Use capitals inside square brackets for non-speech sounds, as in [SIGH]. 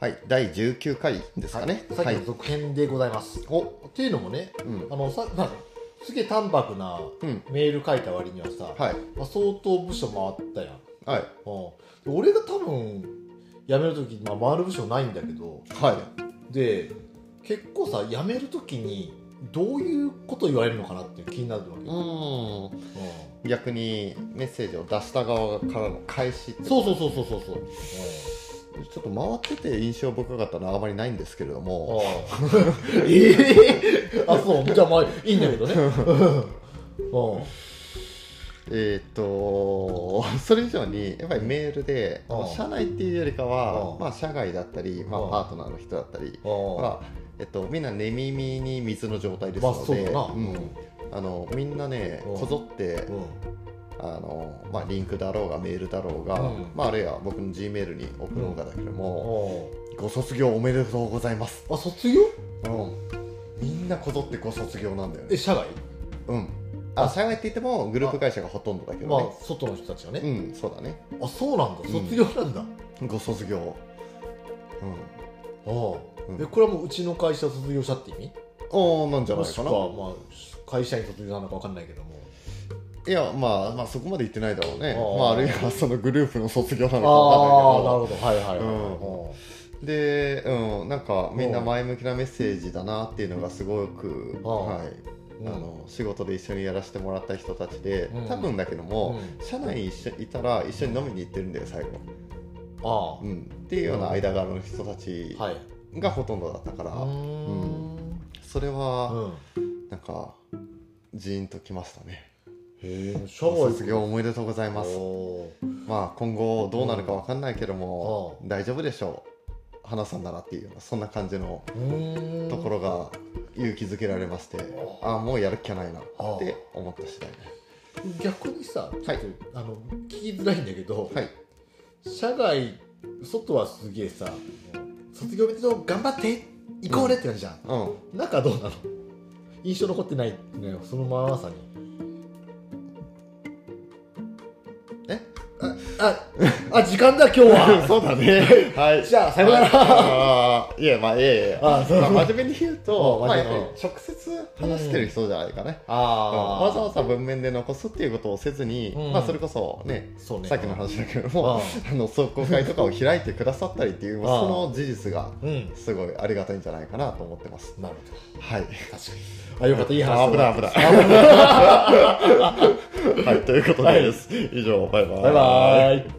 はい、第19回ですかね。さっはきいの。続編でございます。おっていうのもね、うんあのさまあすげえ淡白なうん。メール書いた割にはさ、はい。まあ、相当部署回ったやん。はい。うん、で俺が多分辞める時、まあ、回る部署ないんだけどはい。で結構さ辞める時にどういうこと言われるのかなって気になるわけ、うーん。う逆にメッセージを出した側からの返しってんそうそうそうそうそうそう、うんちょっと回ってて印象深かったのはあまりないんですけれども、あ [LAUGHS] ええあそうじゃあまあいいんだけ [LAUGHS] どねうんえーっと、それ以上に、やっぱりメールで、うん社内っていうよりかうは、んまあ、社外だったり、まあうん、パートナーの人だったりあは、えっと、みんな寝耳に水の状態ですまあそのうだで、な、うんあのみんなね、うんこぞってう、んあのまあ、リンクだろうがメールだろうが、うんまあ、あるいは僕の G メールに送ろうがだけども、うご卒業おめでとうございます、んあ卒業みんなこぞってご卒業なんだよえね社外うんあ社外って言ってもグループ会社がほとんどだけどまあね、外の人たちはうね、んそうだねあそうなんだうん卒業なんだ、ご卒業うんああ、うんえこれはもううちの会社卒業者って意味おーなんじゃなもいしくかは、なまあ、会社員卒業なのかわかんないけどもいやまあまあそこまで言ってないだろうねあーまあ、あるいはそのグループの卒業なのあかわかんないけどあなるほどはいはいはい、うんで、うん、なんかみんな前向きなメッセージだなっていうのがすごく、ああはい、うあんの仕事で一緒にやらせてもらった人たちでうん多分だけども、う社内に一緒にいたら一緒に飲みに行ってるんだよ最後、ああ、うん、っていうような間柄の人たちはいがほとんどだったから、うーんそれうはんなんかジーンときましたねへえ社外卒業おめでとうございますおまあ今後どうなるかわかんないけども、う大丈夫でしょう花さんならっていうようなそんな感じのーうーんところが勇気づけられまして、ああもうやるっきゃないなっああて思った次第ね逆にさちょはっいと、あの聞きづらいんだけど、はい社外外はすげえさ卒業おめでとう頑張って行こうねって感じじゃん、うん中どうなの印象残ってないってねそのままさにえああ時間だ今日は [LAUGHS] そうだね。はい。じゃあさようならら。いや、まあ、いやいや。あそうまあ真面目に言うと、うんまあ、真やっ面ぱ目り直接話してる人じゃないかね。うんあわざわざ文面で残すっていうことをせずに、うんまあ、それこそね、そうねさっきの話だけども、あの、壮行会とかを開いてくださったりっていう、ああその事実が、うんすごいありがたいんじゃないかなと思ってます。なるはい。ほど確かにあよかったいい話危ない危ないいはい、ということです。以上、バイバイ。バイバーイ